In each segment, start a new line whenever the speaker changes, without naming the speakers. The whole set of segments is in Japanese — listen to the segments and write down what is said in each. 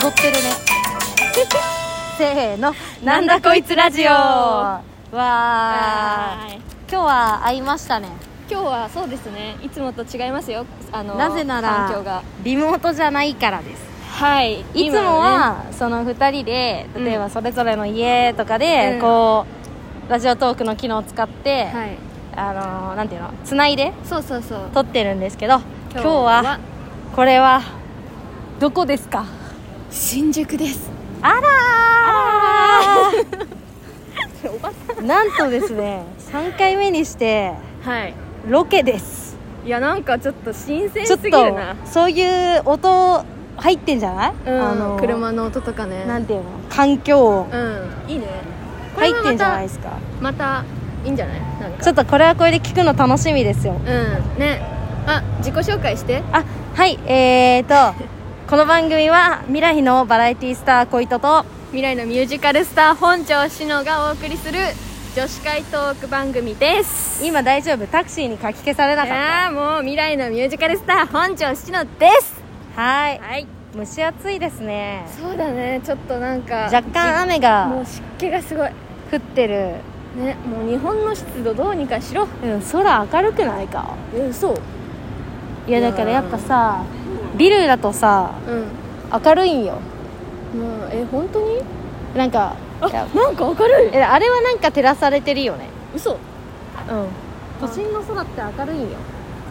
踊ってる ねせーのなんだこいつラジオわ
は
ー
ーい
今日は会いましたね
今日はそうですねいつもと違いますよあの
なぜなら
環境が
リモートじゃないからです
はい
いつも
今ね
はその2人で
うん
例えばそれぞれの家とかで
うん
こうラジオトークの機能を使って
はい
あのーなんていうのつないで
そうそうそう
撮ってるんですけど今日はこれはどこですか
新宿です
あらー
おばさ
なんとですね3回目にして
んはい
ロケです
いやなんかちょっと新鮮
ちょ
す
っ
ぎる
と
な
そういう音入ってんじゃない、
うん
ー
車の音とかね
なんていうの環境音
うんいいねこれ
入
は
ってんじゃない
ま
ですか
たまたいいんじゃないなんか
ちょっとこれはこれで聞くの楽しみですよ
うんねあ自己紹介して
あはいえーとこの番組は未来のバラエティスター小糸と
未来のミュージカルスター本庄志乃がお送りする女子会トーク番組です
今大丈夫タクシーにかき消されなか
い
っ
やーもう未来のミュージカルスター本庄志乃です
たはい
はい
蒸し暑いですね
そうだねちょっとなんか
若干雨
じもう
が
湿気がすごい
降ってる、
ねもう日本の湿度どうにかしろ
うん、空明るくないか
えそう
いやだからやっぱさビルだとさ
う
明るいんよ
んもうえ本当に
なんかいや
なんか明るい
えあれはなんか照らされてるよね
嘘
うん都心の空って明るいんよ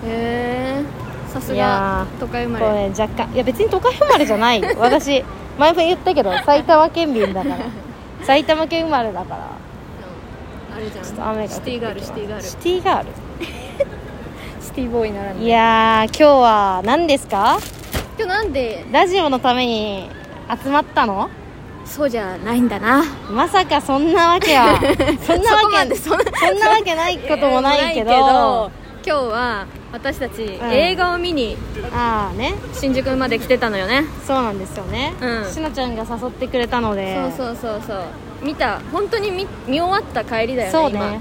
へえさす
い
が
や
都会生
こ
ま
れ
れ
ね若干いや別に都会生まれじゃない 私前も言ったけど埼玉県民だ から埼玉県生まれだから
うんあれじゃん
ちょっと雨が降
シ
って
ティ
き
ガー
ま
ル
す
シティガール
シティガール
シティボーイならぬ
いやー今日は何ですか
今日なんで
ラジオのために集まったの
そうじゃないんだな
まさかそんなわけ はそんな
そこま
わ
で
け
そんな
そんなわけないこともないけど
えーないけど今日は私たち映画を見に
ああね
新宿まで来てたのよね、
そうなんですよね、
うん
しのちゃんが誘ってくれたのでう
そうそうそうそう見た本当に見見終わった帰りだよね
そうね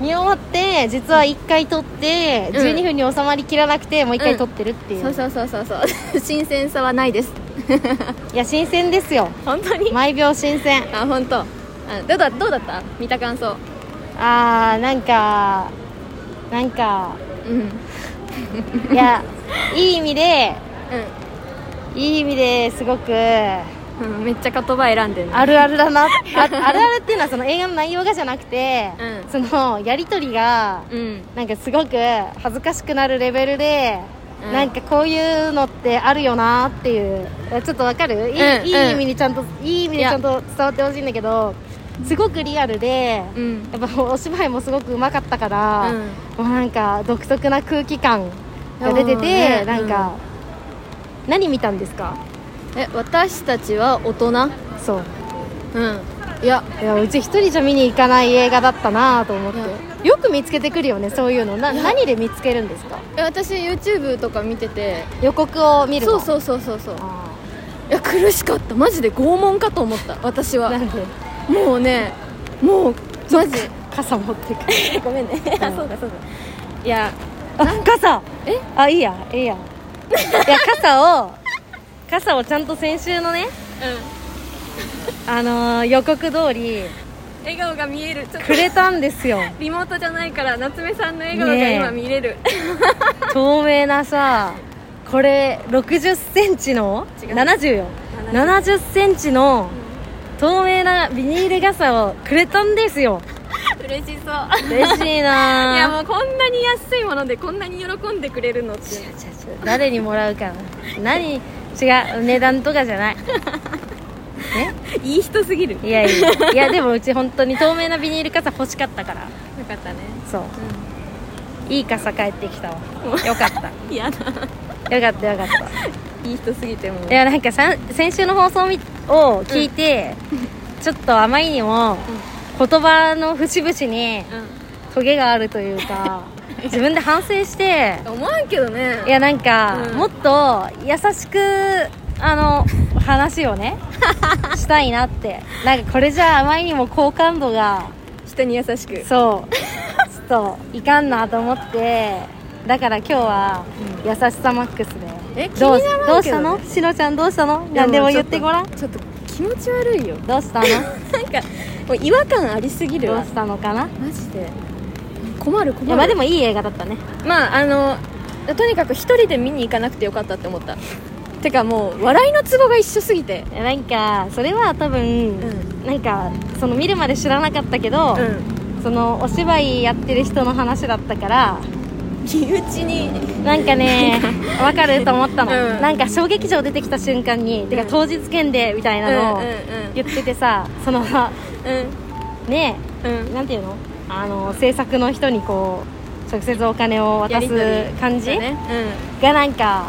見終わって実は1回撮って、
うん
12分に収まりきらなくてもう1回撮ってるっていう、
今そうそうそうそう そう新鮮さはないです
いや新鮮ですよ
本当に、
毎秒新鮮
あ本当あどうだどうだった見た感想
あーなんかなんか
うんうん
い やいい意味でいい意味ですごくあ
うんめっちゃ言葉選んでる
るあるだなああるあるっていうのはその映画の内容がじゃなくて、
うん
そのやり取りが
うん
なんかすごく恥ずかしくなるレベルで、
うん
なんかこういうのってあるよなっていうちょっとわかるいい,、
うん
い
うん
い意味にちゃんといい意味で
い
ち
や
ゃんと伝わってほしいんだけどすごくリアルで、
うん
やっぱお芝居もすごくうまかったから、
うん
もうなんか独特な空気感が出てて、
うんね
なんか、何見たんですか
え私たちは大人
そう
うんいや
いやうち一人じゃ見に行かない映画だったなと思っ
いや
てよく見つけてくるよねそういうのない
や
何で見つけるんですか
え私 YouTube とか見てて
予告を見る
そ
の
うそうそうそうそう
あ
いや苦しかったマジで拷問かと思った私
ー
は
なんで
もうねもうマジ
傘持ってくる
ごめんねあ そうだそうだいや
あ傘
え
あいいやいいや いや傘を傘をちゃんと先週のね
う
あのー予告通り
ん笑顔が見えるちょっと
くれたんですよ
リモートじゃないから夏目さんの笑顔が
ねえ
今見れる、
透明なさこれ60センチの
違う
70よ70センチの透明なビニール傘をくれたんですよ
嬉 しそう
嬉しい
い
な
やもうこんなに安いものでこんなに喜んでくれるのって
違う違う違う誰にもらうかな何違う値段とかじゃない
いい人すぎる
いやいやいやでもうち本当に透明なビニール傘欲しかったから
よかったね
そういい傘帰ってきたわよかった
うんやだ
よかったよかった
いい人すぎてもう
いやなんかさん先週の放送みを聞いて、ちょっとあまりにも言葉の節々に
う
トゲがあるという か自分で反省して
ん思わんけどね
いやなんか、
うん
もっと優しくあの話を ねしたいなってなんかこれじゃあまりにも好感度が
人に優しく
そうちょっといかんなと思ってだから今日は優しさマックスで
え気に
どう
ならんけど、ね、
どうしたのしのちゃんどうしたの
いや
何でも言ってごらん
もうちょっとちょっと気持ち悪いよ
どうしたの
なんかもう違和感ありすぎる
どう
わ
したのかない
マジで困る困る
やまあでもいい映画だったね
まああのとにかく一人で見に行かなくてよかったって思ったてかもう笑いのツボが一緒すぎて
なんかそれは多分、
う
なんかその見るまで知らなかったけど、
ん
そのお芝居やってる人の話だったから
身内に
なんか ね分かると思ったの、
うん
なんか小劇場出てきた瞬間に、てか
うん
当日券でみたいなのを
うんうんうん
言っててさ、そのま
う
まね
んうん
なんていうのあの制作の人にこう直接お金を渡す感じ、
やり取りだね
がなんか、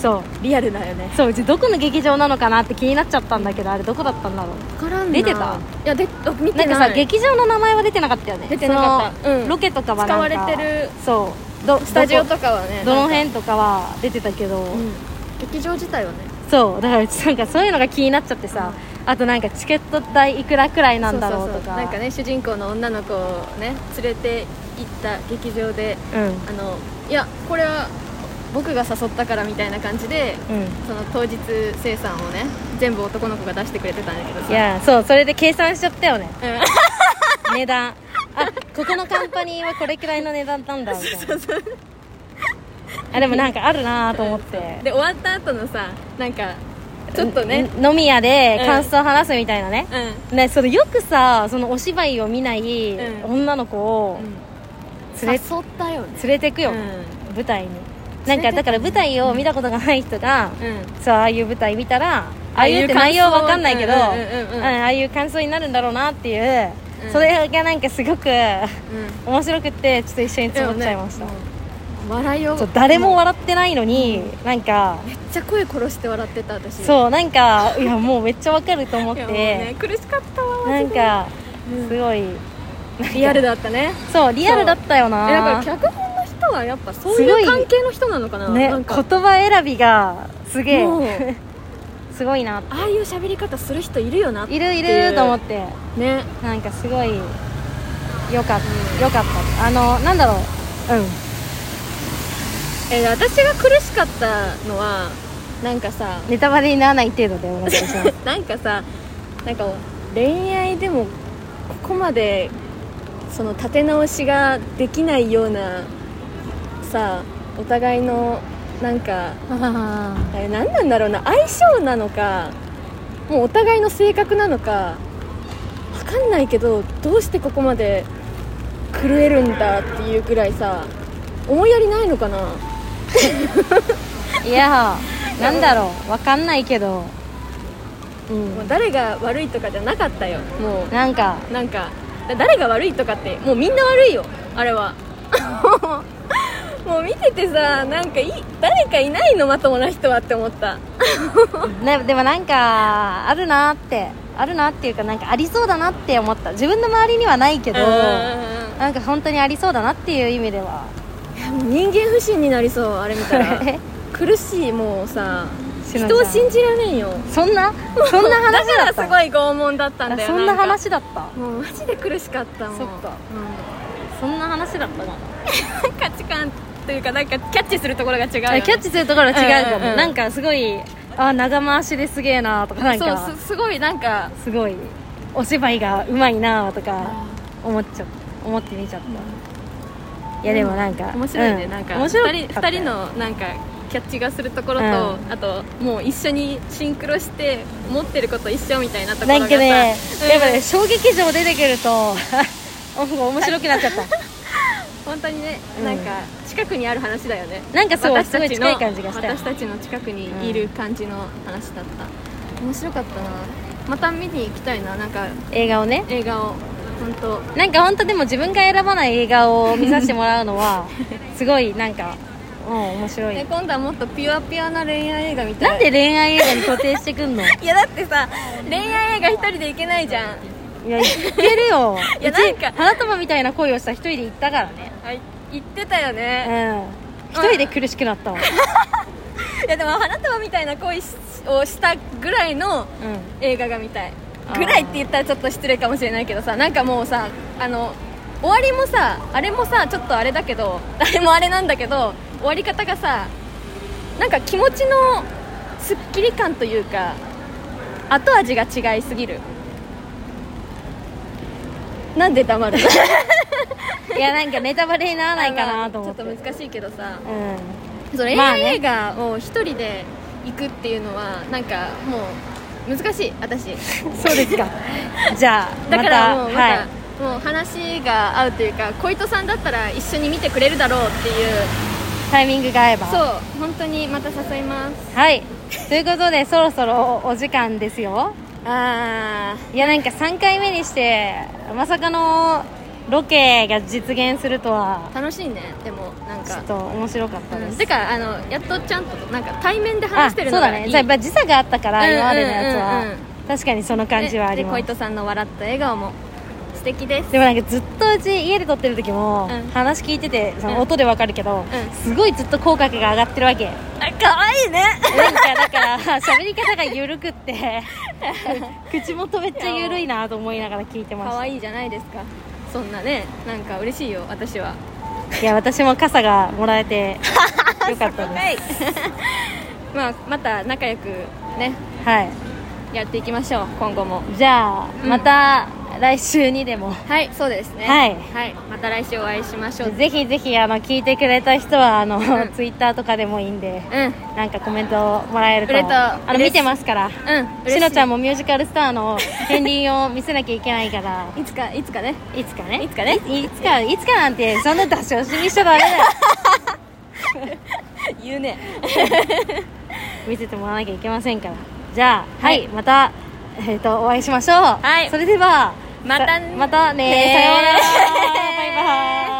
そう
うんリアルだよね
そううちどこの劇場なのかなって気になっちゃったんだけどあれどこだったんだろう
分からん
出てた
いやであ見て
な
ない
んかさ劇場の名前は出てなかったよね
出てなかった
その
うん
ロケとかはなんか
使われてる
そうど
スタジオ
どこと
かはね
どの
なん
辺とかは出てたけど、
かうん劇場自体はね
そうだからうちなんかそういうのが気になっちゃってさ、あとなんかチケット代いくらくらいなんだろうと
そそそ
か
なんかね主人公の女の子をね連れて行った劇場であのいやこれは僕が誘ったからみたいな感じで
うんうん
その当日生産をね全部男の子が出してくれてたんだけどさ
いやそうそれで計算しちゃったよね
うん
値段あここのカンパニーはこれくらいの値段なんだみたいなあでもなんかあるなと思って
で終わった後のさなんかちょっとね
ん飲み屋で感想を話すみたいなね、
うん、
ね、それよくさそのお芝居を見ない
うん
女の子を連れ,、
誘ったよね
連れてくよ、
う
舞台にな
連
ん
れて
か
く
だから舞台を見たことがない人が、
ん、うん
そうああいう舞台見たらああいうって
ああい
内
う感想
容わかんないけどう
うん
ん
うんうんうん
ああいう感想になるんだろうなっていう、
うん
それがなんかすごく面
うん
白くってちょっと一緒に詰まっちゃいました、
でもねもう笑いを
そう誰も笑ってないのに、なんか
めっちゃ声殺して笑ってた私う
そうなんかいやもうめっちゃわかると思っ
いや
て、
もうね苦しかったわ
なんか
うん
すごい、
リアルだったね
そうリアルだったよ
え
な
だから脚本の人はやっぱそう
すご
い
いう
関係の人なのかな
ね、
な
言
んか
葉選びがすげ
もう
え すごいな
ああいう喋り方する人いるよなって
いるいると思って
ね
なんかすごいよかったよかったあのなんだろう
えー私が苦しかったのはなんかさ
うんネタバレにならない程度でお願いし ます
なんかさなんか恋愛でもここまでその立て直しができないようなさお互いのなんか
あ
あれ何なんだろうな相性なのかもうお互いの性格なのか分かんないけどどうしてここまで狂えるんだっていうぐらいさ思いやりないのかな
ーいやーなんだろうわかんないけどう
もうん誰が悪いとかじゃなかったよも
なんか
うなんかだ誰が悪いとかってもうみんな悪いよあれは もう見ててさなんかいい誰かいないのまともな人はって思った
ね、でもなんかあるなってあるなっていうかなんかありそうだなって思った自分の周りにはないけど
うん
なんか本当にありそうだなっていう意味で は
人間不信になりそうあれ見 たら苦しいもうさ
しのちゃん
人を信じられんよ
そんなそんな話だ
だ
っ
か
た
らすごい拷問だったんだ
あ
よ
そんな
か
話だった
もうマジで苦しかったもん
そっかそんな話だったな
うん 価値観というかなんかキャッチするところが違うよね、
キャッチするところは違うかも、
うんうんうん
なんかすごいあ長回しですげえなとかなんか
そうすすごいなんか
すごいお芝居がうまいなとか思っちゃった思って見ちゃった、いやでもなんか、
面白いね、
う
なんか
面白
2人
かった
二人のなんかキャッチがするところと、
うん
あともう一緒にシンクロして持ってること一緒みたいなところが
な
さ
んかね、やっ
うん
ぱね小劇場出てくると 面白くなっちゃ った
本当にね、
うん
なんか近くにある話だよね
なんかそう
私
す
た
ご
ち
い
の
近い感じがしたよ
私たちの近くにいる感じの話だった、面白かったなまた見に行きたいななんか
映画をね
映画を本当
なんか本当でも自分が選ばない映画を見させてもらうの はすごいなんかうん面白い
え今度はもっとピュアピュアな恋愛映画みたい
なんで恋愛映画に固定してくんのい
いやだってさ恋愛映画一人で行けないじゃん
や言ってるよ
いやなんか
うち花束みたいな恋をした一人で行ったからね
あい言ってたよ
う
ね、
ん一人で苦しくな ったわ、
いやでも花束みたいな恋しをしたぐらいの
う
映画が見たい
あー
ぐらいって言ったらちょっと失礼かもしれないけどさなんかもうさあの終わりも さあれもさちょっとあれだけどあれもあれなんだけど終わり方がさなんか気持ちのすっきり感というか後味が違いすぎるなんで黙 るの
いやなんかネタバレにならないかなと思って
ちょっと難しいけどさ
うん
それ、
まあね
映画を一人で行くっていうのはなんかもう難しい 私
そうです かじゃあ
だからも
ま
うま
た
た、
はい
もう話が合うというか小糸さんだったら一緒に見てくれるだろうっていう
タイミングが合えば
そう本当にまた誘います
はいということでそろそろお時間ですよ
あ
いやなんか3回目にしてまさかのロケが実現するとは
楽しいねでもなん
ちょ
か
っと面白かったで
うん
す、
てかあのやっとちゃんとなんか対面で
あ
話し
そ
て
う
るの
だ
がい
ね
い
やっぱ時差があったから
うんうんうんうん
今までのやつは確かにその感じはあります
でで小糸さんの笑った笑顔も素敵です
でもなんかずっとうち家で撮ってる時も
うん
話聞いててそ
うん
の音でわかるけど
ん
すごいずっと口角が上がってるわけ
あ可愛いね
なんかだから喋り方が緩くって口元めっちゃ緩いなと思いながら聞いてま
可
し
愛いじゃないですかそんなねなんか嬉しいよ私は
たいや私も傘がもらえてよ かったです
いまあまた仲良くね
はい
やっていきましょう今後も
じゃあ
うん
また来週にでも
はいそうですね
はい
また来週お会いしましょう
ぜひぜひあの聞いてくれた人はあの
うん
ツイッターとかでもいいんで
うん
なんかコメントもらえると
くれた
あの
嬉しい
見てますから
うん
しのちゃん
も
もミュージカルスターの片鱗を見せなきゃいけないから
いつかいつかね
いつかね
いつかね
いいつかいつかなんてそんな出し惜しみしちゃダメ だよ
言うね
見せてもらわなきゃいけませんからじゃあはい、またえっ、とお会いしましょう
はい
それでは
また
さまたね
ね
さようならバイバイ